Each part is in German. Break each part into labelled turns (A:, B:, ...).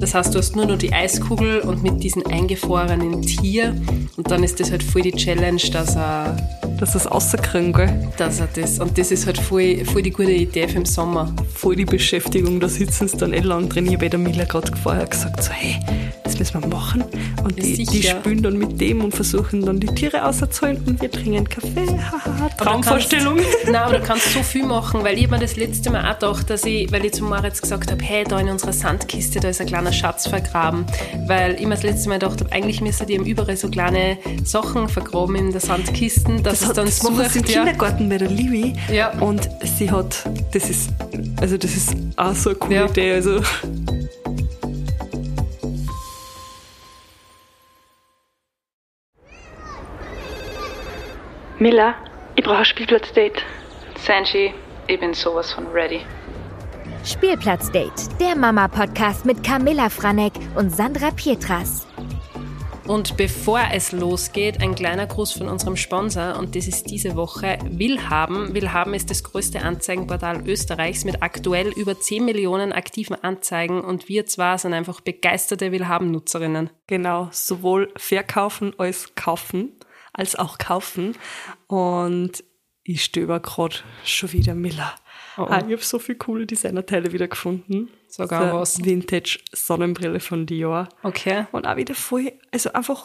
A: Das heißt, du hast nur noch die Eiskugel und mit diesem eingefrorenen Tier. Und dann ist das halt voll die Challenge, dass er,
B: Das ist außerkrank, gell?
A: dass er das. Und das ist halt voll, voll die gute Idee für den Sommer.
B: Voll die Beschäftigung, da sitzen sie dann eh lang drin. Ich habe eh der Mila gerade vorher gesagt, so hey, das müssen wir machen. Und
A: Ja,
B: die, die
A: sicher.
B: spülen dann mit dem und versuchen dann die Tiere auszuholen und wir trinken Kaffee. Haha,
A: Aber du kannst-
B: Traumvorstellung.
A: Nein, aber du kannst so viel machen, weil ich hab mir das letzte Mal auch gedacht, dass ich, weil ich zu Moritz gesagt habe, hey, da in unserer Sandkiste, da ist ein kleiner Schatz vergraben. Weil ich mir das letzte Mal gedacht habe, eigentlich müssen die eben überall so kleine Sachen vergraben in der Sandkisten, dass es
B: hat-
A: dann
B: machen sie im
A: sucht. Ja.
B: Kindergarten bei der Livi.
A: Ja.
B: Und sie hat, das ist, also das ist auch so eine coole
A: Ja.
B: Idee. Also
C: Mila, ich brauche ein Spielplatzdate.
A: Sanji, ich bin sowas von ready.
D: Spielplatzdate, der Mama-Podcast mit Camilla Franek und Sandra Pietras.
A: Und bevor es losgeht, ein kleiner Gruß von unserem Sponsor und das ist diese Woche Willhaben. Willhaben ist das größte Anzeigenportal Österreichs mit aktuell über 10 Millionen aktiven Anzeigen und wir zwar sind einfach begeisterte Willhaben-Nutzerinnen.
B: genau, sowohl verkaufen als kaufen, als auch kaufen. Und ich stöber gerade schon wieder Miller.
A: Oh, oh.
B: Ah, ich habe so viele coole Designerteile wieder gefunden.
A: Sogar
B: So
A: was.
B: Vintage Sonnenbrille von Dior.
A: Okay.
B: Und auch wieder voll, also einfach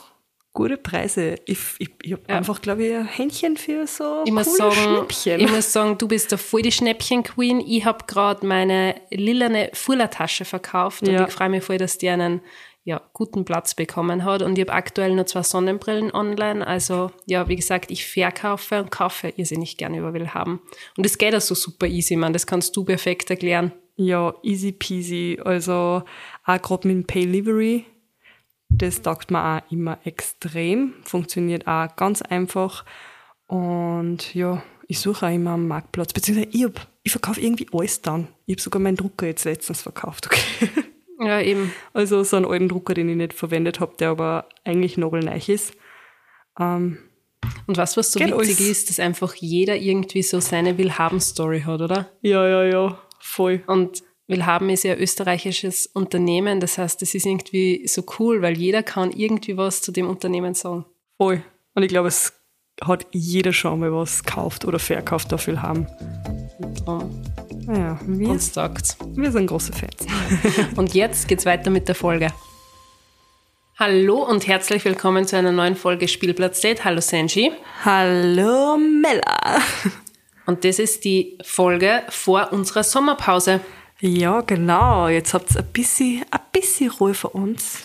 B: gute Preise. Ich, ich, ich habe einfach, glaube ich, ein Händchen für so
A: Ich muss,
B: coole
A: sagen,
B: Schnäppchen.
A: ich muss sagen, du bist da voll die Schnäppchen-Queen. Ich habe gerade meine lilane Furlertasche verkauft und
B: Ja.
A: ich freue mich voll, dass die einen ja, guten Platz bekommen hat. Und ich habe aktuell nur zwei Sonnenbrillen online. Also ja, wie gesagt, ich verkaufe und kaufe irrsinnig gerne über will haben. Und das geht auch so super easy, man. Das kannst du perfekt erklären.
B: Ja, easy peasy. Also auch gerade mit dem Pay Livery, das taugt mir auch immer extrem. Funktioniert auch ganz einfach. Und ja, ich suche auch immer am Marktplatz. Beziehungsweise ich, hab, ich verkaufe irgendwie alles dann. Ich habe sogar meinen Drucker jetzt letztens verkauft. Okay.
A: Ja, eben.
B: Also so einen alten Drucker, den ich nicht verwendet habe, der aber eigentlich nagelneu ist. Ähm,
A: Und was, was so
B: Geht
A: witzig
B: alles.
A: ist, dass einfach jeder irgendwie so seine Willhaben-Story hat, oder?
B: ja, ja, ja, voll.
A: Und Willhaben ist ja ein österreichisches Unternehmen, das heißt, das ist irgendwie so cool, weil jeder kann irgendwie was zu dem Unternehmen sagen.
B: Voll. Und ich glaube, es hat jeder schon mal was gekauft oder verkauft dafür haben.
A: Drum,
B: Naja, wir
A: uns sagt's.
B: Wir sind große Fans.
A: Und jetzt geht's weiter mit der Folge. Hallo und herzlich willkommen zu einer neuen Folge Spielplatz Date. Hallo Senji.
B: Hallo Mella.
A: Und das ist die Folge vor unserer Sommerpause.
B: Ja, genau. Jetzt habt ihr ein bisschen, ein bisschen Ruhe für uns.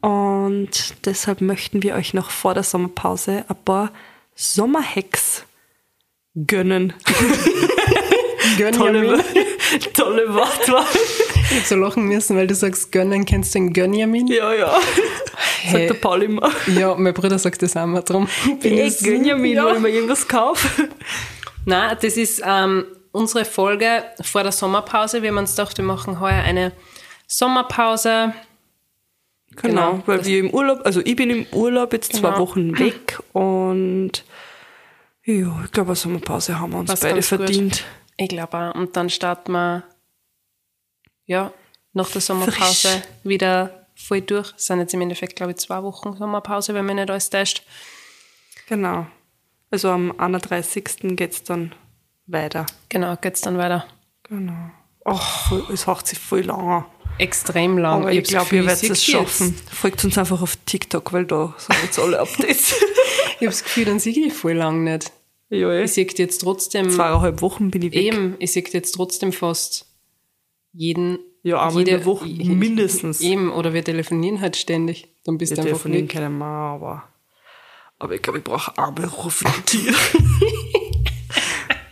B: Und deshalb möchten wir euch noch vor der Sommerpause ein paar Sommerhacks gönnen.
A: Gönnen
B: tolle Wortwahl.
A: so lachen müssen, weil du sagst Gönnen, kennst du den Gönjamin? Ja.
B: Ja, ja.
A: Hey.
B: Sagt der Paul immer.
A: ja, mein Bruder sagt das auch mal drum. Bin
B: Ey,
A: ich-
B: Gönjamin,
A: Ja.
B: ja. wenn ich mir irgendwas kaufe.
A: Na, das ist ähm, unsere Folge vor der Sommerpause. Wir haben uns gedacht, wir machen heuer eine Sommerpause.
B: Genau,
A: Genau.
B: weil wir im Urlaub, also ich bin im Urlaub jetzt zwei
A: Genau.
B: Wochen weg und ja, ich glaube, eine Sommerpause haben wir uns
A: Passt
B: beide
A: ganz gut.
B: verdient.
A: Ich glaube auch. Und dann starten wir, ja, nach der Sommerpause
B: Frisch.
A: wieder voll durch. Es sind jetzt im Endeffekt, glaube ich, zwei Wochen Sommerpause, wenn man nicht alles täuscht.
B: Genau. Also am 31. geht's dann weiter.
A: Genau, geht's dann weiter.
B: Genau. Ach, voll- es haucht sich voll lang.
A: Extrem lang.
B: Aber ich
A: hab's
B: glaube, ihr
A: Gefühl,
B: werdet
A: sie
B: es
A: geht's.
B: schaffen. Folgt uns einfach auf TikTok, weil da sind jetzt alle Updates.
A: Ich habe das Gefühl, dann sehe ich die voll lang nicht.
B: ja, eh. ja.
A: Ich sehe die jetzt trotzdem.
B: Zweieinhalb Wochen bin ich weg.
A: Eben, ich sehe jetzt trotzdem fast jeden.
B: Ja, einmal in der Woche mindestens.
A: Eben, oder wir telefonieren halt ständig. Dann bist
B: Ich
A: du einfach
B: telefoniere
A: nicht.
B: keine mehr, aber, aber ich glaube, ich brauche einen Beruf von dir.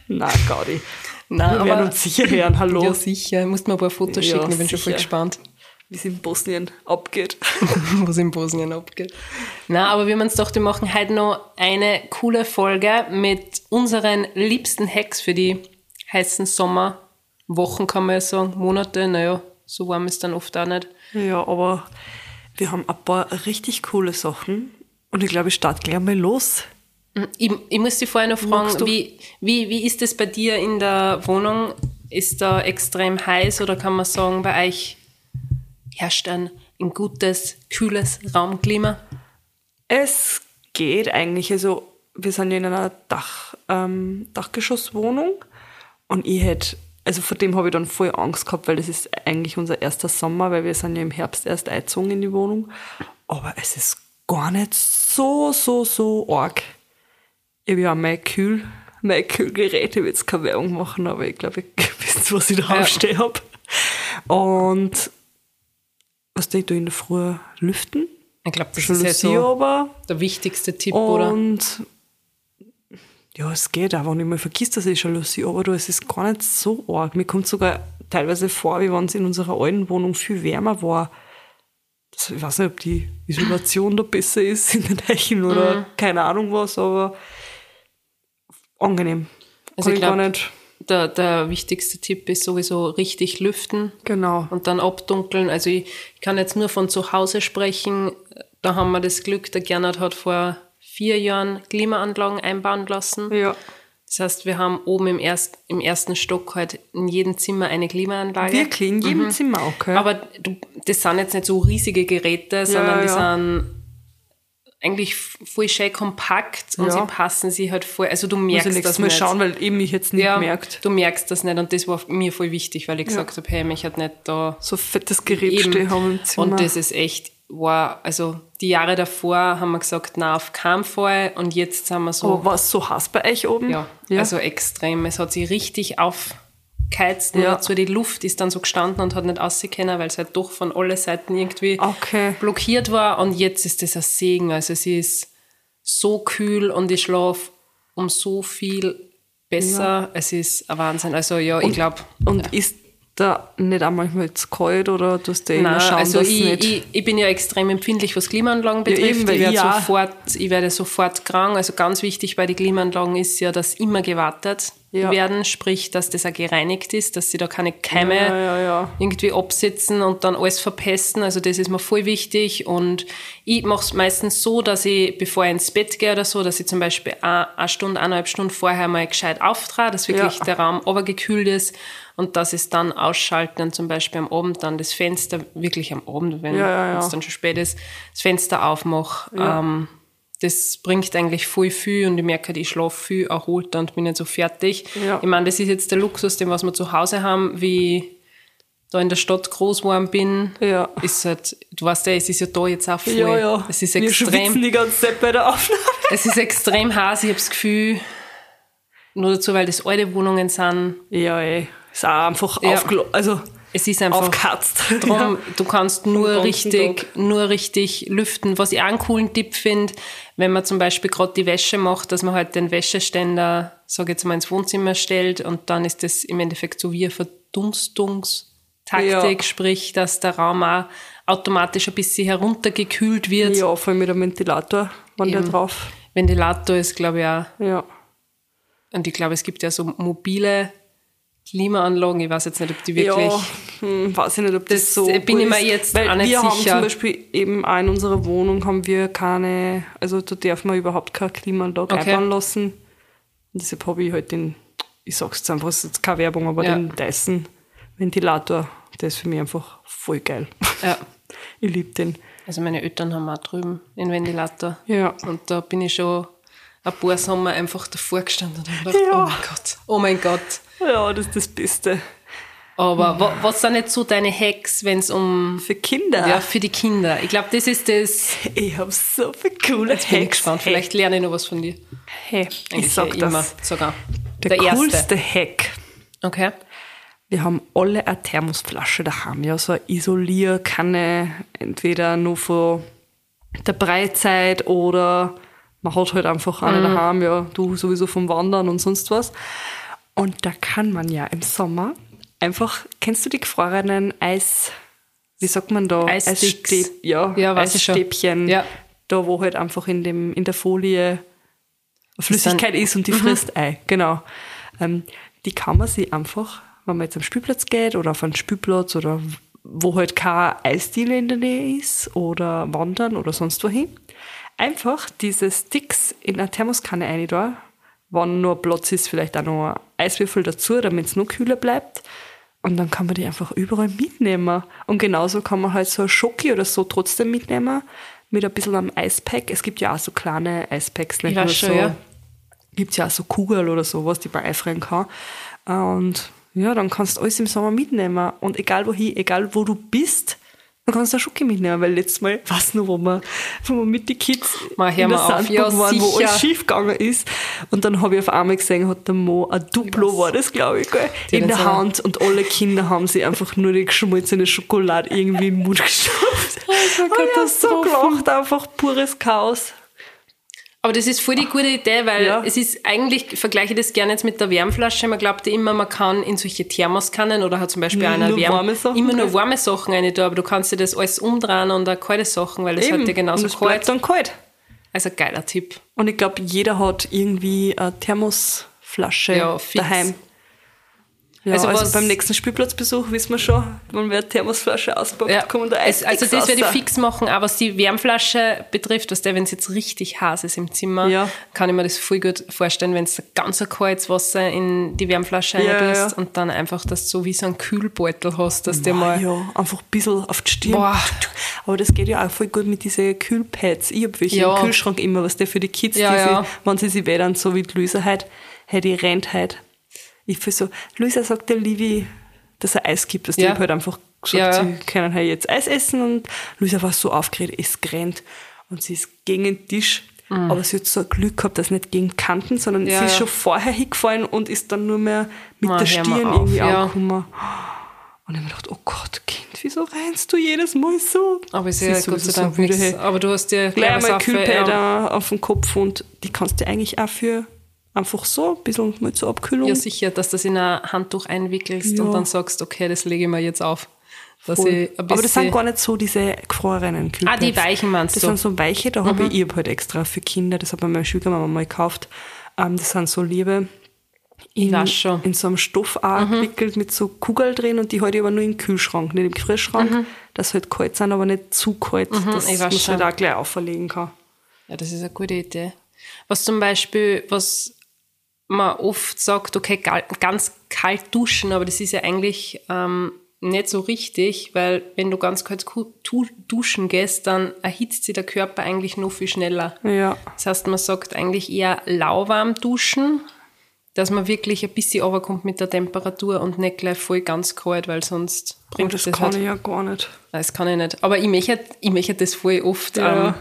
B: Nein, Gaudi.
A: Nein,
B: Wir werden uns sicher hören, hallo.
A: Ja, sicher. Musst mir ein paar Fotos
B: Ja,
A: schicken, ich bin schon voll
B: sicher.
A: gespannt,
B: Wie es in Bosnien abgeht.
A: was in Bosnien abgeht. Na, aber wir haben uns gedacht, wir machen heute noch eine coole Folge mit unseren liebsten Hacks für die heißen Sommerwochen, kann man ja sagen. Monate, naja, so warm ist dann oft auch nicht.
B: Ja, aber wir haben ein paar richtig coole Sachen und ich glaube, ich starte gleich mal los.
A: Ich, ich muss dich vorher noch
B: Magst
A: fragen,
B: du-
A: wie, wie, wie ist es bei dir in der Wohnung? Ist da extrem heiß oder kann man sagen, bei euch herrscht ein, ein gutes, kühles Raumklima?
B: Es geht eigentlich. Also, wir sind ja in einer Dach, ähm, Dachgeschosswohnung und ich hätte, also vor dem habe ich dann voll Angst gehabt, weil das ist eigentlich unser erster Sommer, weil wir sind ja im Herbst erst eingezogen in die Wohnung. Aber es ist gar nicht so, so, so arg. Ich habe ja mein Kühl, mein Kühlgerät, ich will jetzt keine Werbung machen, aber ich glaube, ihr wisst, was ich draufstehe ja. habe. Und was denke ich, tu in der Früh lüften?
A: Ich glaube, das ist ja
B: Jalousie
A: so
B: aber.
A: der wichtigste Tipp, oder?
B: Und ja, es geht auch, wenn ich mal vergisst, dass ich Jalousie aber du, es ist gar nicht so arg. Mir kommt sogar teilweise vor, wie wenn es in unserer alten Wohnung viel wärmer war. Das, ich weiß nicht, ob die Isolation da besser ist in den Eichen
A: Mhm.
B: oder keine Ahnung was, aber angenehm.
A: Also
B: Kann
A: ich
B: ich gar
A: glaub-
B: nicht.
A: Der, der wichtigste Tipp ist sowieso richtig lüften.
B: Genau.
A: und dann abdunkeln. Also ich, ich kann jetzt nur von zu Hause sprechen. Da haben wir das Glück, der Gernot hat vor vier Jahren Klimaanlagen einbauen lassen.
B: Ja.
A: Das heißt, wir haben oben im, erst, im ersten Stock halt in jedem Zimmer eine Klimaanlage. Mhm.
B: Wirklich, in jedem Zimmer, okay.
A: Aber du, das sind jetzt nicht so riesige Geräte, sondern die
B: ja.
A: sind eigentlich voll schön kompakt und
B: Ja.
A: sie passen sich halt voll. Also du
B: muss
A: merkst
B: ich nächstes
A: das
B: Mal
A: nicht.
B: schauen, weil eben ich jetzt nicht
A: ja,
B: merkt.
A: Du merkst das nicht und das war mir voll wichtig, weil ich gesagt habe, hey, mich hat nicht da
B: So fettes Gerät
A: Eben.
B: stehen haben im Zimmer.
A: Und das ist echt, wow, also die Jahre davor haben wir gesagt, na auf keinen Fall und jetzt sind wir so,
B: aber war es Oh, so heiß bei euch oben?
A: ja, also extrem. Es hat sich richtig aufgeheizt und
B: Ja.
A: dazu die Luft ist dann so gestanden und hat nicht ausgekennen, weil es halt doch von alle Seiten irgendwie
B: Okay.
A: blockiert war und jetzt ist das ein Segen. Also sie ist so kühl und ich schlafe um so viel besser. Es ist ein Wahnsinn. Also ja, ich glaube...
B: Und ist da nicht auch manchmal zu kalt oder tust du eh immer schauen,
A: also
B: dass
A: ich,
B: nicht.
A: Ich, ich bin ja extrem empfindlich, was Klimaanlagen betrifft.
B: eben, weil
A: ich, werde
B: ich halt auch.
A: sofort, ich werde sofort krank. Also ganz wichtig bei den Klimaanlagen ist ja, dass immer gewartet
B: Ja.
A: werden, sprich, dass das auch gereinigt ist, dass sie da keine Keime
B: Ja, ja, ja.
A: irgendwie absitzen und dann alles verpesten. Also das ist mir voll wichtig. Und ich mache es meistens so, dass ich, bevor ich ins Bett gehe oder so, dass ich zum Beispiel eine, eine Stunde, eineinhalb Stunden vorher mal gescheit auftrage, dass wirklich
B: Ja.
A: der Raum obergekühlt ist und dass es dann ausschalten und zum Beispiel am Abend dann das Fenster, wirklich am Abend, wenn
B: Ja, ja, ja.
A: es dann schon spät ist, das Fenster aufmache. Ähm, das bringt eigentlich voll viel und ich merke, halt, ich schlafe viel erholter und bin nicht so fertig.
B: Ja.
A: Ich meine, das ist jetzt der Luxus, den was wir zu Hause haben, wie da in der Stadt groß geworden bin,
B: Ja.
A: ist halt, du weißt ja, es ist ja da jetzt auch voll.
B: ja, ja.
A: Es ist
B: Wir schwitzen
A: extrem,
B: die ganze Zeit bei der Aufnahme.
A: es ist extrem heiß, ich habe das Gefühl, nur dazu, weil das alte Wohnungen sind,
B: Ja, ey. Ist auch einfach
A: Ja.
B: aufgelo- also
A: es ist einfach
B: aufgekatzt.
A: drum,
B: Ja.
A: du kannst nur
B: ganzen
A: richtig,
B: Tag.
A: nur richtig lüften. Was ich auch einen coolen Tipp finde, wenn man zum Beispiel gerade die Wäsche macht, dass man halt den Wäscheständer, sag ich jetzt mal, ins Wohnzimmer stellt und dann ist das im Endeffekt so wie eine Verdunstungstaktik,
B: Ja.
A: sprich, dass der Raum auch automatisch ein bisschen heruntergekühlt wird.
B: Ja, vor allem mit dem Ventilator, wenn der
A: Eben.
B: drauf.
A: Ventilator ist, glaube ich, auch
B: Ja.
A: und ich glaube, es gibt ja so mobile Klimaanlagen. Ich weiß jetzt nicht, ob die wirklich.
B: Ja, hm, weiß ich nicht, ob das,
A: Das äh,
B: so
A: bin
B: gut
A: ich mir
B: ist,
A: jetzt
B: weil
A: auch nicht
B: wir haben
A: sicher.
B: zum Beispiel eben auch in unserer Wohnung haben wir keine, also da darf man überhaupt keine Klimaanlage
A: Okay.
B: einbauen lassen. Und deshalb habe ich halt den, ich sag's jetzt einfach, es ist jetzt keine Werbung, aber
A: Ja.
B: den Dyson Ventilator, der ist für mich einfach voll geil.
A: Ja.
B: Ich liebe den.
A: Also meine Eltern haben auch drüben einen Ventilator.
B: Ja.
A: Und da bin ich schon ein paar Sommer einfach davor gestanden und habe gedacht,
B: Ja.
A: oh mein Gott, oh mein Gott.
B: Ja, das ist das Beste.
A: Aber wa- was sind jetzt so deine Hacks, wenn es um
B: Für Kinder.
A: ja, für die Kinder? Ich glaube, das ist das.
B: Ich habe so viele coole
A: Jetzt bin ich
B: Hacks.
A: gespannt. Vielleicht lerne ich noch was von dir.
B: Hey, hey, ich
A: Eigentlich
B: sag
A: eh immer
B: das.
A: sogar.
B: Der, coolste
A: erste.
B: Hack.
A: Okay.
B: Wir haben alle eine Thermosflasche daheim, ja, so eine Isolierkanne, entweder nur von der Freizeit oder man hat halt einfach eine
A: Mhm.
B: daheim, ja, du sowieso vom Wandern und sonst was. Und da kann man ja im Sommer einfach, kennst du die gefrorenen Eis, wie sagt man da?
A: Eissticks.
B: Eisstäb- ja,
A: Ja, weiß ich schon.
B: Eisstäbchen.
A: Ja.
B: Da, wo halt einfach in, dem, in der Folie Flüssigkeit ist und die
A: Mhm.
B: frisst Ei, genau. Ähm, die kann man sich einfach, wenn man jetzt am Spielplatz geht oder auf einen Spielplatz oder wo halt keine Eisdiele in der Nähe ist oder wandern oder sonst wohin, einfach diese Sticks in eine Thermoskanne rein da, wenn nur Platz ist, vielleicht auch noch ein Eiswürfel dazu, damit es noch kühler bleibt Und dann kann man die einfach überall mitnehmen. Und genauso kann man halt so ein Schoki oder so trotzdem mitnehmen. Mit ein bisschen am Eispack. Es gibt ja auch so kleine Eispacks, nicht
A: Ja,
B: nur
A: schon,
B: so.
A: ja.
B: Gibt ja auch so Kugel oder sowas, die man einfrieren kann. Und ja, dann kannst du alles im Sommer mitnehmen. Und egal wohin, egal wo du bist, dann kannst du eine Schoki mitnehmen. Weil letztes Mal, weiß nur, wo wir, wo wir mit den Kids
A: Mal hör
B: in der
A: mal auf.
B: Sandburg
A: Ja,
B: waren, wo
A: sicher.
B: alles schief gegangen ist. Und dann habe ich auf einmal gesehen, hat der Mo ein Duplo, war das, glaube ich, gell?
A: Die
B: in
A: hat
B: der
A: so-
B: Hand und alle Kinder haben sie einfach nur die geschmolzene Schokolade irgendwie im Mund geschafft.
A: Das war
B: Und ich habe so
A: Katastrophe.
B: gelacht, einfach pures Chaos.
A: Aber das ist voll die gute Idee, weil
B: Ja.
A: es ist eigentlich, ich vergleiche das gerne jetzt mit der Wärmflasche. Man glaubt ja immer, man kann in solche Thermoskannen oder hat zum Beispiel
B: Nur
A: einer Wärme,
B: warme Sachen
A: immer nur
B: drin.
A: warme Sachen rein tun, aber du kannst dir das alles umdrehen und auch kalte Sachen, weil es hat ja
B: und
A: genauso
B: es bleibt
A: kalt.
B: dann kalt.
A: Also geiler Tipp.
B: Und ich glaube, jeder hat irgendwie eine Thermosflasche
A: Ja, fix.
B: daheim. Ja,
A: Also
B: also
A: was-
B: beim nächsten Spielplatzbesuch wissen wir schon, wenn wir eine Thermosflasche auspackt,
A: Ja.
B: kommt ein
A: Es,
B: Eis.
A: also das werde ich fix machen, aber was die Wärmflasche betrifft, was der, wenn es jetzt richtig heiß ist im Zimmer,
B: Ja.
A: kann ich mir das voll gut vorstellen, wenn es ganz ein kaltes Wasser in die Wärmflasche
B: Ja,
A: reinlässt
B: ja.
A: und dann einfach, dass du so wie so einen Kühlbeutel hast, dass der mal...
B: Ja, einfach ein bisschen auf die Stirn.
A: Boah.
B: Aber das geht ja auch voll gut mit diesen Kühlpads. Ich habe welche
A: Ja.
B: im Kühlschrank immer, was der für die Kids,
A: Ja,
B: die
A: ja.
B: Sie, wenn sie sich wädern, so wie die Luisa heute, hey, die rennt heute. Ich fühl so, Luisa sagt der Livi, dass er Eis gibt, dass
A: Ja.
B: die hab halt einfach gesagt,
A: Ja, ja.
B: sie können halt jetzt Eis essen und Luisa war so aufgeregt, es rennt und sie ist gegen den Tisch. Aber sie hat so ein Glück gehabt, dass nicht gegen Kanten, sondern
A: Mm. Ja,
B: sie ist
A: ja.
B: schon vorher hingefallen und ist dann nur mehr mit
A: Ma,
B: der
A: hör mal
B: Stirn
A: auf,
B: irgendwie
A: ja.
B: angekommen. Und ich hab mir gedacht, oh Gott, Kind, wieso rennst du jedes Mal so?
A: Aber ist
B: Sie
A: ja
B: ist
A: Gott
B: sowieso
A: sei Dank
B: müde,
A: nichts.
B: hey.
A: Aber du hast dir
B: Gleich einmal Kühlpad
A: ja.
B: auch auf den Kopf und die kannst du eigentlich auch für einfach so ein bisschen mit zur Abkühlung.
A: ja, sicher, dass du das in ein Handtuch einwickelst
B: Ja.
A: und dann sagst, okay, das lege ich mir jetzt auf. Dass
B: Voll.
A: ich ein
B: Aber das sind
A: bisschen-
B: gar nicht so diese gefrorenen Kühlpads.
A: Ah, die weichen meinst
B: Das
A: du? Mhm.
B: sind so weiche, da habe ich, ich hab halt extra für Kinder, das hat mir meine Schwiegermama mal gekauft. Ähm, das sind so Liebe in,
A: weiß schon. Mhm.
B: in so einem Stoff auch gewickelt mit so Kugel drin und die halte ich aber nur im Kühlschrank, nicht im Gefrierschrank, dass sie halt kalt sind, aber nicht zu kalt, dass
A: Mhm. ich weiß
B: man es
A: schon.
B: halt auch gleich auferlegen kann.
A: Ja, das ist eine gute Idee. Was zum Beispiel, was man oft sagt, okay, gal- ganz kalt duschen, aber das ist ja eigentlich ähm, nicht so richtig, weil wenn du ganz kalt ku- tu- duschen gehst, dann erhitzt sich der Körper eigentlich noch viel schneller.
B: Ja.
A: Das heißt, man sagt eigentlich eher lauwarm duschen, dass man wirklich ein bisschen runterkommt mit der Temperatur und nicht gleich voll ganz kalt, weil sonst
B: Und
A: bringt
B: Oh, das,
A: das,
B: kann
A: halt.
B: ich ja gar nicht.
A: Nein, das kann ich nicht. Aber ich möchte, ich möchte das voll oft,
B: Ja.
A: ähm,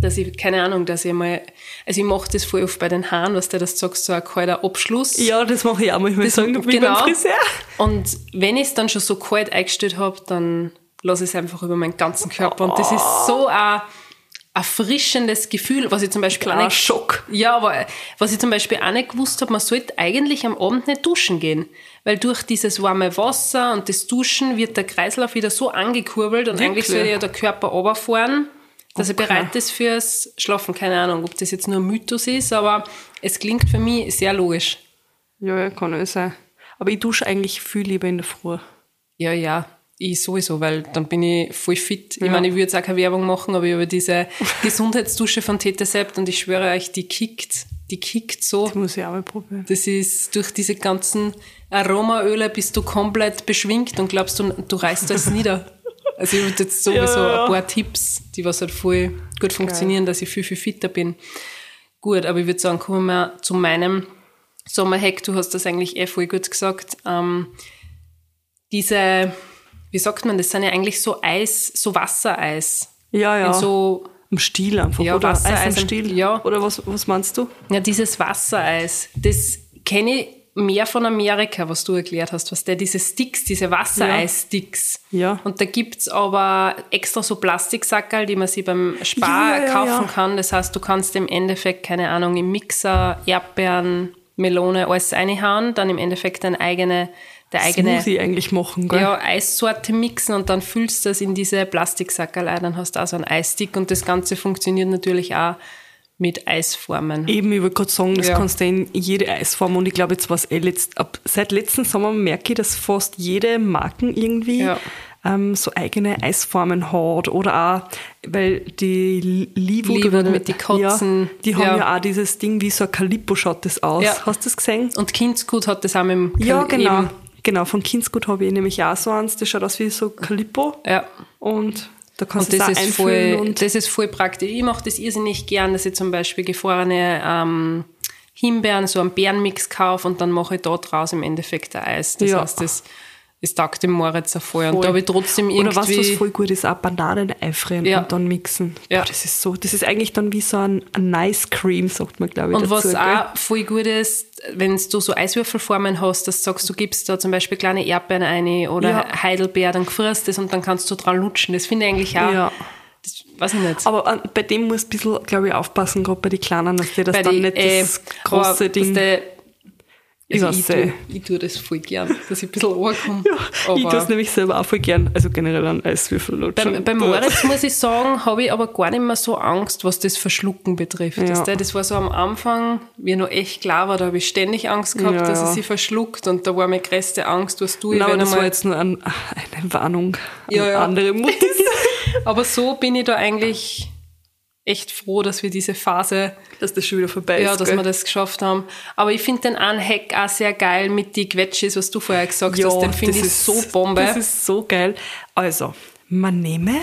A: dass ich, keine Ahnung, dass ich mal, also ich mache das voll oft bei den Haaren, was der das sagst, so ein kalter Abschluss.
B: Ja, das genau. mache ich auch manchmal.
A: Das-
B: Sagen, du bist beim Friseur.
A: Genau. Und wenn ich es dann schon so kalt eingestellt habe, dann lasse ich es einfach über meinen ganzen Körper. Und das ist so ein erfrischendes Gefühl, was ich zum Beispiel auch
B: Ah. Kleiner
A: nicht-
B: Schock.
A: Ja, aber was ich zum Beispiel auch nicht gewusst habe, man sollte eigentlich am Abend nicht duschen gehen. Weil durch dieses warme Wasser und das Duschen wird der Kreislauf wieder so angekurbelt und eigentlich
B: Wirklich?
A: soll ja der Körper runterfahren, dass er
B: Okay.
A: bereit ist fürs Schlafen. Keine Ahnung, ob das jetzt nur ein Mythos ist, aber es klingt für mich sehr logisch.
B: Ja, ja, kann es sein. Aber ich dusche eigentlich viel lieber in der Früh.
A: Ja, ja, ich sowieso, weil dann bin ich voll fit. Ich
B: Ja.
A: meine, ich würde jetzt auch keine Werbung machen, aber ich habe diese Gesundheitsdusche von Tetesept und ich schwöre euch, die kickt, die kickt so.
B: Das muss ich auch mal probieren.
A: Das ist durch diese ganzen Aromaöle bist du komplett beschwingt und glaubst, du, du reißt alles nieder. Also ich habe jetzt sowieso
B: Ja, ja.
A: ein paar Tipps, die was halt voll gut funktionieren, dass ich viel, viel fitter bin. Gut, aber ich würde sagen, kommen wir zu meinem Sommerhack. Du hast das eigentlich eh voll gut gesagt. Ähm, diese, wie sagt man, das sind ja eigentlich so Eis, so Wassereis. Also
B: Ja, ja.
A: In so
B: Am Stiel einfach.
A: Ja,
B: oder
A: Wassereis
B: Eis am
A: am-
B: Stiel.
A: ja.
B: Oder was, was meinst du?
A: Ja, dieses Wassereis, das kenne ich mehr von Amerika, was du erklärt hast, was der, diese Sticks, diese Wassereis-Sticks.
B: Ja.
A: Und da gibt's aber extra so Plastiksackerl, die man sich beim Spar
B: Ja, ja,
A: kaufen
B: ja.
A: kann. Das heißt, du kannst im Endeffekt, keine Ahnung, im Mixer Erdbeeren, Melone, alles reinhauen, dann im Endeffekt dein eigene, der eigene
B: Smoothie ne? eigentlich machen, gell?
A: ja, Eissorte mixen und dann füllst du das in diese Plastiksackerl ein, dann hast du auch so einen Eisstick und das Ganze funktioniert natürlich auch mit Eisformen.
B: Eben, ich wollte gerade sagen, das
A: Ja.
B: kannst du in jede Eisform und ich glaube, jetzt was eh letzt, ab, seit letzten Sommer merke ich, dass fast jede Marken irgendwie
A: Ja.
B: ähm, so eigene Eisformen hat oder auch, weil die Li- Liwood
A: Liwood
B: oder-
A: mit die Katzen.
B: Ja, die haben
A: Ja.
B: ja. auch dieses Ding, wie so ein Kalippo schaut das aus.
A: Ja.
B: Hast du das gesehen?
A: Und Kindsgut hat das auch mit dem
B: Ja,
A: Kal-
B: genau.
A: eben
B: Genau, von Kindsgut habe ich nämlich auch so eins, das schaut aus wie so Calippo.
A: Ja.
B: Und da kannst
A: Und
B: du es
A: das
B: auch
A: ist,
B: einfüllen.
A: voll,
B: und
A: das ist voll praktisch. Ich mache das irrsinnig gern, dass ich zum Beispiel gefrorene ähm, Himbeeren, so einen Beerenmix kaufe und dann mache ich da draus im Endeffekt ein Eis. Das
B: Ja.
A: heißt, das, das taugt dem Moritz auch voll. Und
B: voll.
A: da habe ich trotzdem irgendwie...
B: Oder was, was voll gut ist, auch Bananen einfrieren
A: Ja.
B: und dann mixen.
A: Ja.
B: Boah, das ist so, das ist eigentlich dann wie so ein, ein Nice Cream, sagt man, glaube ich.
A: Und
B: dazu,
A: was
B: gell?
A: auch voll gut ist, wenn du so Eiswürfelformen hast, dass du sagst, du gibst da zum Beispiel kleine Erdbeeren eine oder
B: Ja.
A: Heidelbeer, dann gefrierst das und dann kannst du dran lutschen. Das finde ich eigentlich auch,
B: Ja.
A: das weiß ich nicht.
B: Aber an- bei dem muss ein bisschen, glaube ich, aufpassen, gerade bei den Kleinen, dass dir das
A: Bei
B: dann
A: die,
B: nicht
A: äh,
B: das große
A: aber, dass
B: Ding.
A: der- Also
B: weiß
A: ich,
B: eh.
A: tue, ich tue das voll gern, dass ich ein bisschen ankomme.
B: ich tue es
A: aber
B: nämlich selber auch voll gern, also generell an Eiswürfel
A: beim,
B: lutschen.
A: beim Moritz, muss ich sagen, habe ich aber gar nicht mehr so Angst, was das Verschlucken betrifft.
B: Ja.
A: Weißt du, Das war so am Anfang, wie er noch echt klar war, da habe ich ständig Angst gehabt,
B: Ja,
A: dass er
B: ja.
A: sie verschluckt. Und da war meine größte Angst, was du
B: Nein, aber
A: wenn
B: das
A: einmal-
B: war jetzt nur ein, eine Warnung an
A: Ja, ja.
B: andere Muttis.
A: Aber so bin ich da eigentlich echt froh, dass wir diese Phase,
B: dass das schon wieder vorbei
A: ja,
B: ist.
A: dass
B: gell?
A: wir das geschafft haben. Aber ich finde den einen Hack auch sehr geil mit die Quetschis, was du vorher gesagt hast. Den finde ich so Bombe.
B: Das ist so geil. Also, man nehme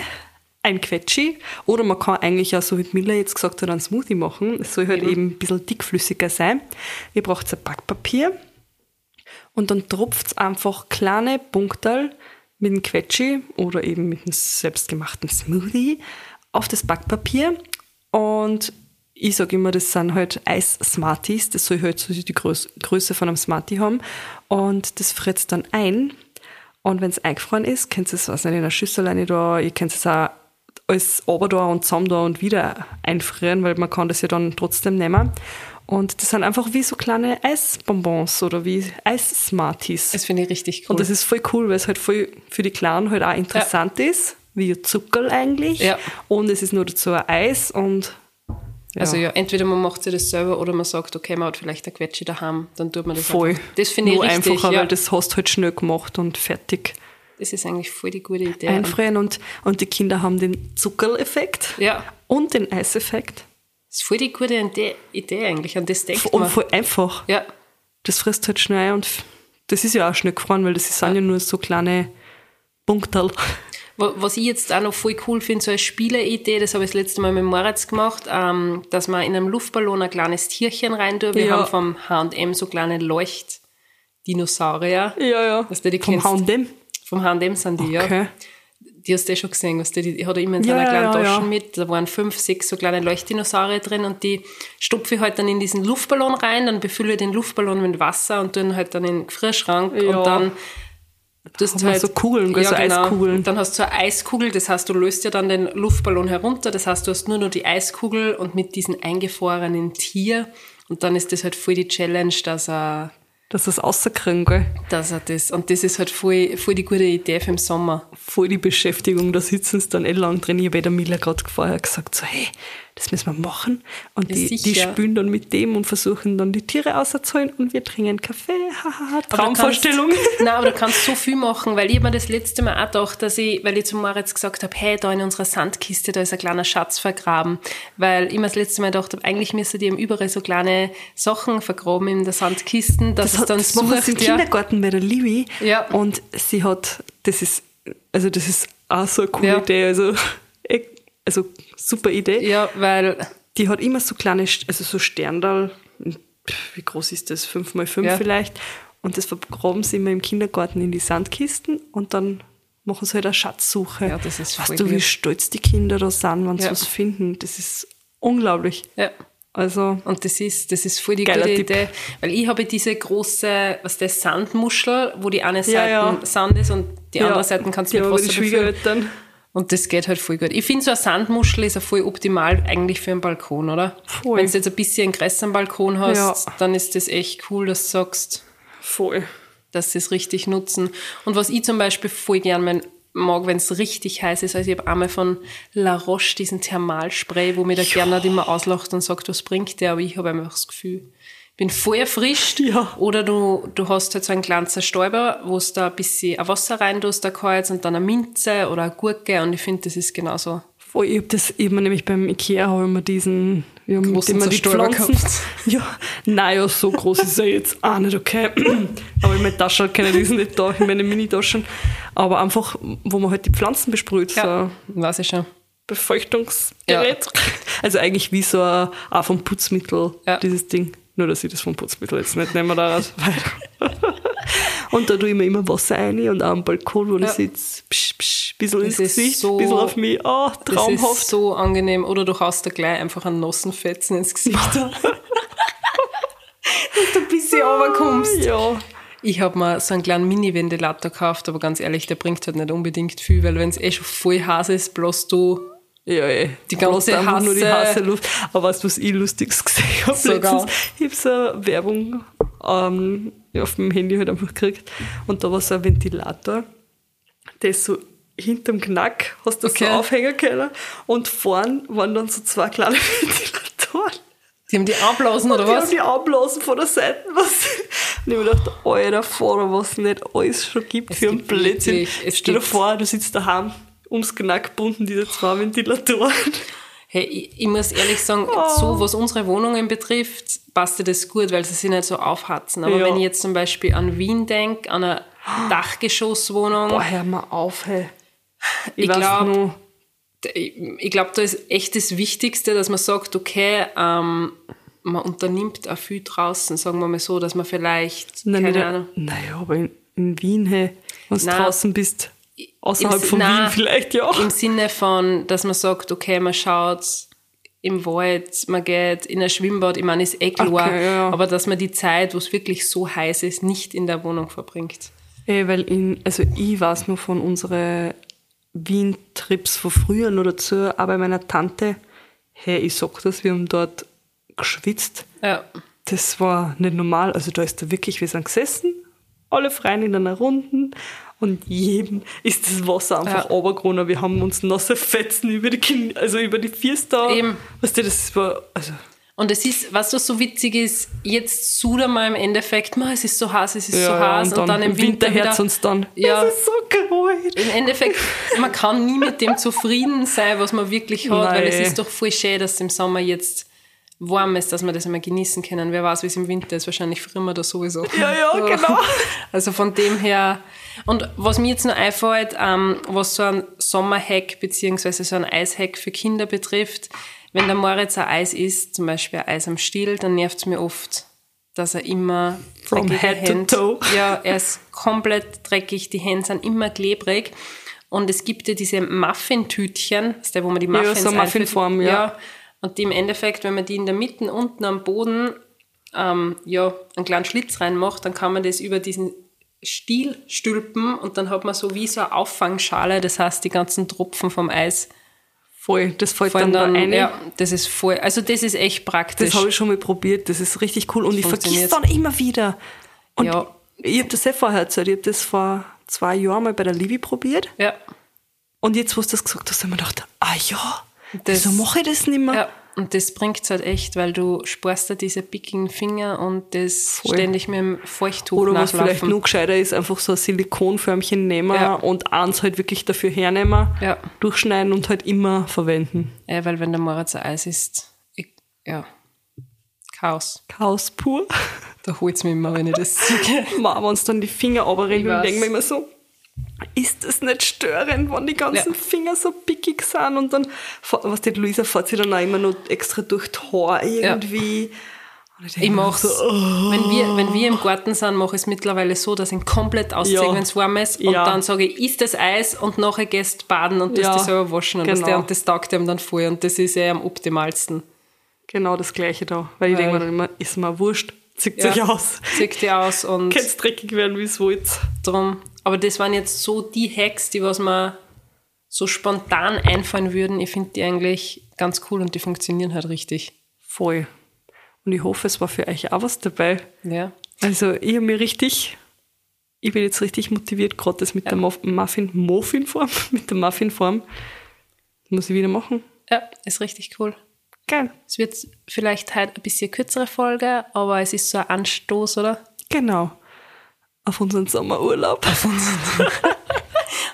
B: ein Quetschi oder man kann eigentlich auch, so wie die Miller jetzt gesagt hat, einen Smoothie machen. Es soll halt eben, ein bisschen dickflüssiger sein. Ihr braucht ein Backpapier und dann tropft einfach kleine Punkterl mit dem Quetschi oder eben mit einem selbstgemachten Smoothie auf das Backpapier und ich sage immer, das sind halt Eis-Smarties, das soll halt so die Größ Größe von einem Smartie haben und das fritzt dann ein und wenn es eingefroren ist, könnt ihr es, was nicht, in einer Schüssel rein da, ihr könnt es auch alles ober da und zusammen da und wieder einfrieren, weil man kann das ja dann trotzdem nehmen. Und das sind einfach wie so kleine Eisbonbons oder wie Eissmarties.
A: Das finde ich richtig cool.
B: Und das ist voll cool, weil es halt voll für die Kleinen halt auch interessant ist, wie ein Zuckerl eigentlich.
A: Ja.
B: Und es ist nur dazu ein Eis und ja.
A: Also ja, entweder man macht sich das selber oder man sagt, okay, man hat vielleicht eine Quetschi daheim, dann tut man das
B: voll.
A: einfach. Das finde ich
B: Nur
A: richtig.
B: einfacher,
A: ja.
B: weil das hast du halt schnell gemacht und fertig
A: das ist eigentlich voll die gute Idee.
B: einfrieren und, und die Kinder haben den Zuckerl-Effekt
A: Ja.
B: und den Eiseffekt.
A: Das ist voll die gute Idee, Idee eigentlich. An das denkt
B: Und
A: man.
B: voll einfach.
A: Ja,
B: Das frisst halt schnell ein und f- das ist ja auch schnell gefroren, weil das sind ja, nur so kleine Punkterl.
A: Wa- Was ich jetzt auch noch voll cool finde, so als Spieleidee, das habe ich das letzte Mal mit Moritz gemacht, ähm, dass man in einem Luftballon ein kleines Tierchen rein tut. Wir
B: Ja.
A: haben vom H&M so kleine Leuchtdinosaurier.
B: Ja, ja.
A: Was du die
B: Vom
A: kennst.
B: Houndem.
A: Vom H&M sind die, ja.
B: Okay.
A: Die hast du eh schon gesehen, was die, die hat er immer in
B: Ja,
A: seiner kleinen
B: ja, ja.
A: Tasche mit. Da waren fünf, sechs so kleine Leuchtdinosaurier drin und die stopfe ich halt dann in diesen Luftballon rein, dann befülle ich den Luftballon mit Wasser und tue ihn halt dann in den Gefrierschrank
B: Ja.
A: und dann
B: Hat man so Kugeln, gell, so Eiskugeln.
A: Und dann hast du eine Eiskugel, das heißt, du löst ja dann den Luftballon herunter, das heißt, du hast nur noch die Eiskugel und mit diesem eingefrorenen Tier und dann ist das halt voll die Challenge, dass er,
B: Dass das rauskriegen, gell?
A: dass er das, und das ist halt voll, voll die gute Idee für den Sommer.
B: Voll die Beschäftigung, da sitzen sie dann eh lang drin. Ich habe eh der Miller gerade vorher gesagt, so, hey, das müssen wir machen. Und
A: Ja,
B: die, die
A: sicher.
B: spülen dann mit dem und versuchen dann die Tiere auszuholen und wir trinken Kaffee. Hahaha,
A: Aber du
B: Traumvorstellung.
A: Kannst, nein, aber du kannst so viel machen, weil ich hab mir das letzte Mal auch gedacht, dass ich, weil ich zu Moritz gesagt habe, hey, da in unserer Sandkiste, da ist ein kleiner Schatz vergraben. Weil ich mir das letzte Mal gedacht habe, eigentlich müsste die eben überall so kleine Sachen vergraben in der Sandkisten, dass
B: Das,
A: es
B: hat,
A: dann
B: das machen wir jetzt im
A: ja.
B: Kindergarten bei der Livi.
A: Ja.
B: Und sie hat, das ist, also das ist auch so eine coole
A: Ja.
B: Idee, also, eh, also super Idee.
A: Ja, weil
B: Die hat immer so kleine, St- also so Sterndal, wie groß ist das? Fünf mal fünf
A: Ja.
B: vielleicht. Und das vergraben sie immer im Kindergarten in die Sandkisten und dann machen sie halt eine Schatzsuche.
A: Ja, das ist voll
B: Weißt du, wie
A: gut.
B: stolz die Kinder da sind, wenn sie
A: Ja.
B: was finden? Das ist unglaublich.
A: ja.
B: Also,
A: Und das ist, das ist voll die
B: Geiler
A: gute
B: Tipp.
A: Idee. Weil ich habe diese große, was das, Sandmuschel, wo die eine Seite
B: ja.
A: Sand ist und die andere Seite kannst du
B: ja,
A: mit
B: aber
A: Wasser
B: die
A: befüllen.
B: Schwiegereltern.
A: Und das geht halt voll gut. Ich finde, so eine Sandmuschel ist ja voll optimal eigentlich für einen Balkon, oder?
B: Voll.
A: Wenn du jetzt ein bisschen Gräs am Balkon hast,
B: Ja.
A: dann ist das echt cool, dass du sagst,
B: Voll.
A: dass sie es richtig nutzen. Und was ich zum Beispiel voll gern mein, mag, wenn es richtig heiß ist, also ich habe einmal von La Roche diesen Thermalspray, wo mir der Gernot immer auslacht und sagt, was bringt der, aber ich habe einfach das Gefühl, ich bin voll erfrischt.
B: Ja.
A: Oder du, du hast halt so einen kleinen Zerstäuber, wo es da ein bisschen ein Wasser rein tust, da Kreuz und dann eine Minze oder eine Gurke und ich finde, das ist genauso
B: Voll, ich habe das ich hab mir nämlich beim Ikea habe ich mir diesen, ja, mit
A: Großen
B: dem man die
A: Zerstörer
B: Pflanzen,
A: gekauft.
B: ja, naja, so groß ist er jetzt auch nicht, okay. Aber ich meine Taschen hat keine, die sind nicht da, ich meine Mini-Taschen. Aber einfach, wo man halt die Pflanzen besprüht, so
A: Weiß ich schon.
B: Befeuchtungsgerät. Also eigentlich wie so ein, auch vom Putzmittel,
A: Ja.
B: dieses Ding. Nur, dass ich das vom Putzmittel jetzt nicht nehme daraus. Weil und da tue ich mir immer Wasser rein und auch am Balkon, wo ich sitze, psch, psch, bisschen ins
A: ist
B: Gesicht,
A: so-
B: bisschen auf mich. Oh,
A: Das ist
B: traumhaft.
A: so angenehm. Oder du haust da gleich einfach einen nassen Fetzen ins Gesicht. Dass du ein bisschen runterkommst.
B: Ja.
A: Ich habe mir so einen kleinen Mini-Ventilator gekauft, aber ganz ehrlich, der bringt halt nicht unbedingt viel, weil wenn es eh schon voll heiß ist, bloß du
B: Ja, ey.
A: Die ganze
B: Bloß einfach nur die
A: Hasse-
B: heiße Luft. Aber weißt du, was ich lustiges gesehen habe
A: Sogar.
B: letztens? Ich habe so eine Werbung ähm, auf dem Handy halt einfach gekriegt. Und da war so ein Ventilator, der ist so hinterm Knack, hast du
A: Okay.
B: so aufhängen können. Und vorn waren dann so zwei kleine Ventilatoren.
A: Die haben die abblasen oder
B: Die haben
A: was?
B: die ablassen von der Seite. Was? Und ich habe mir gedacht, alter Fahrer, was nicht alles schon gibt
A: Es
B: für einen
A: gibt
B: Blödsinn.
A: wirklich, es
B: Stell dir
A: gibt-
B: vor, du sitzt daheim, ums Knack gebunden, diese zwei Ventilatoren.
A: Hey, ich, ich muss ehrlich sagen,
B: Oh.
A: so was unsere Wohnungen betrifft, passt dir das gut, weil sie sich nicht so aufhatzen. Aber
B: Ja.
A: wenn ich jetzt zum Beispiel an Wien denke, an eine Dachgeschosswohnung,
B: Boah, hör mal auf, hey.
A: Ich
B: weiß
A: glaub-
B: nur-
A: ich, ich glaube, da ist echt das Wichtigste, dass man sagt, okay, ähm, man unternimmt auch viel draußen, sagen wir mal so, dass man vielleicht,
B: Nein,
A: keine
B: nicht-
A: Ahnung.
B: Naja, aber in, in Wien, hey, wenn du
A: Nein.
B: draußen bist, außerhalb
A: Im-
B: von
A: nein,
B: Wien vielleicht, ja.
A: Im Sinne von, dass man sagt, okay, man schaut im Wald, man geht in ein Schwimmbad, ich meine, ist eh klar,
B: Okay, ja, ja.
A: aber dass man die Zeit, wo es wirklich so heiß ist, nicht in der Wohnung verbringt.
B: Ey, weil in, also ich weiß nur von unseren Wien-Trips von früher noch dazu, aber meiner Tante, hey, ich sag das, wir haben dort geschwitzt.
A: Ja.
B: das war nicht normal. Also da ist da wirklich, wir sind gesessen, alle freien in einer Runden und jedem ist das Wasser einfach
A: Ja.
B: runtergegangen. Wir haben uns nasse Fetzen über die Knie, also über die Fierster.
A: Eben.
B: Weißt du, das war, also,
A: Und es ist, weißt du, was so witzig ist, jetzt suder mal im Endeffekt, ma, es ist so heiß, es ist
B: Ja,
A: so
B: ja,
A: heiß und, dann im Winter,
B: Herz
A: wieder,
B: uns dann.
A: Ja.
B: Das ist so geil.
A: Im Endeffekt, man kann nie mit dem zufrieden sein, was man wirklich hat, weil es
B: Nein.
A: ist doch voll schön, dass es im Sommer jetzt warm ist, dass wir das einmal genießen können. Wer weiß, wie es im Winter ist, wahrscheinlich früher da sowieso.
B: Ja, ja, genau.
A: Also von dem her. Und was mir jetzt noch einfällt, ähm, was so ein Sommerhack beziehungsweise so ein Eishack für Kinder betrifft, wenn der Moritz ein Eis isst, zum Beispiel ein Eis am Stiel, dann nervt es mir oft, dass er immer
B: From
A: dreckige
B: head to
A: Hände-
B: toe.
A: Ja, er ist komplett dreckig, die Hände sind immer klebrig. Und es gibt ja diese Muffintütchen, das ist der, wo man die Muffins
B: so Muffinform,
A: einfüllt.
B: ja.
A: Und die im Endeffekt, wenn man die in der Mitte unten am Boden ähm, ja, einen kleinen Schlitz reinmacht, dann kann man das über diesen Stiel stülpen und dann hat man so wie so eine Auffangschale, das heißt, die ganzen Tropfen vom Eis
B: Voll, das fällt
A: fallen dann,
B: dann, da rein.
A: ja, das ist voll, also das ist echt praktisch.
B: Das habe ich schon mal probiert, das ist richtig cool und ich vergesse
A: funktioniert.
B: dann immer wieder. Und
A: Ja.
B: ich habe das eh vorher erzählt, ich habe das vor zwei Jahren mal bei der Livi probiert.
A: ja,
B: Und jetzt, wo du das gesagt hast, habe ich mir gedacht, ah ja,
A: Das-
B: wieso mache ich das nicht mehr?
A: ja, und das bringt es halt echt, weil du sparst da diese pickigen Finger und das
B: Voll.
A: ständig mit dem Feuchttuch
B: Oder was
A: nachlaufen.
B: vielleicht nur gescheiter ist, einfach so ein Silikonförmchen nehmen
A: Ja.
B: und eins halt wirklich dafür hernehmen,
A: Ja.
B: durchschneiden und halt immer verwenden.
A: Ja, weil wenn der Moritz ein Eis ist, ich, ja, Chaos.
B: Chaos pur.
A: Da holt es mich immer, wenn ich das sehe.
B: Wenn uns dann die Finger runterrennen,
A: Ich weiß.
B: dann denken wir immer so, ist das nicht störend, wenn die ganzen
A: Ja.
B: Finger so pickig sind und dann, was die Luisa fährt sich dann auch immer noch extra durch die Haare irgendwie. Und denk
A: Ich
B: mir
A: mache
B: so,
A: wenn, wir, wenn wir im Garten sind, mache ich es mittlerweile so, dass ich ihn komplett ausziehe,
B: Ja.
A: wenn es warm ist. Und
B: Ja.
A: dann sage ich, isst das Eis und nachher gehst baden und das
B: Ja,
A: die selber waschen. Und, das,
B: genau.
A: und das taugt ihm dann voll. Und das ist eh am optimalsten.
B: Genau das Gleiche da. Weil ich
A: Weil-
B: denke mir dann immer, ist mir wurscht, zieht
A: Ja.
B: sich aus.
A: Zieht die aus und
B: Kann's dreckig werden, wie es wollt.
A: drum. Aber das waren jetzt so die Hacks, die was mir so spontan einfallen würden. Ich finde die eigentlich ganz cool und die funktionieren halt richtig.
B: Voll. Und ich hoffe, es war für euch auch was dabei.
A: Ja.
B: Also, ich habe mir richtig, ich bin jetzt richtig motiviert, gerade das mit der Muff- Muffin, Muffinform, mit der Muffinform. Muss ich wieder machen.
A: Ja, ist richtig cool.
B: Geil.
A: Es wird vielleicht halt ein bisschen kürzere Folge, aber es ist so ein Anstoß, oder?
B: Genau. Auf unseren Sommerurlaub.
A: Auf uns.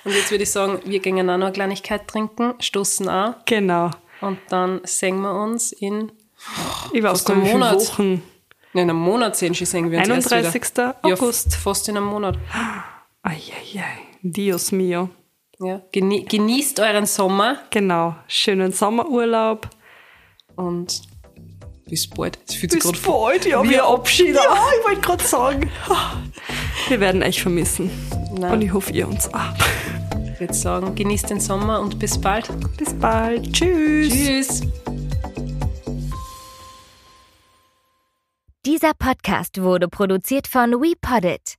A: Und jetzt würde ich sagen, wir gehen auch noch eine Kleinigkeit trinken, stoßen an
B: Genau.
A: und dann sehen wir uns in,
B: Ich weiß
A: Fast
B: gar nicht, wie
A: einen
B: viele
A: Monat.
B: Wochen.
A: in einem Monat sehen, schon sehen wir uns erst wieder.
B: 31. August.
A: Ja, fast in einem Monat.
B: Eieiei. Dios mio.
A: Ja. Genie genießt euren Sommer
B: Genau. Schönen Sommerurlaub.
A: und bis bald. Es fühlt sich gerade vor.
B: bald, ja.
A: wie
B: Wir
A: ein
B: Abschied. Ah. Ja, ich wollte gerade sagen. Wir werden euch vermissen.
A: Nein.
B: Und ich hoffe, ihr uns auch.
A: Ich würde sagen, genießt den Sommer und bis bald.
B: Bis bald. Tschüss.
A: Tschüss.
D: Dieser Podcast wurde produziert von WePoddit.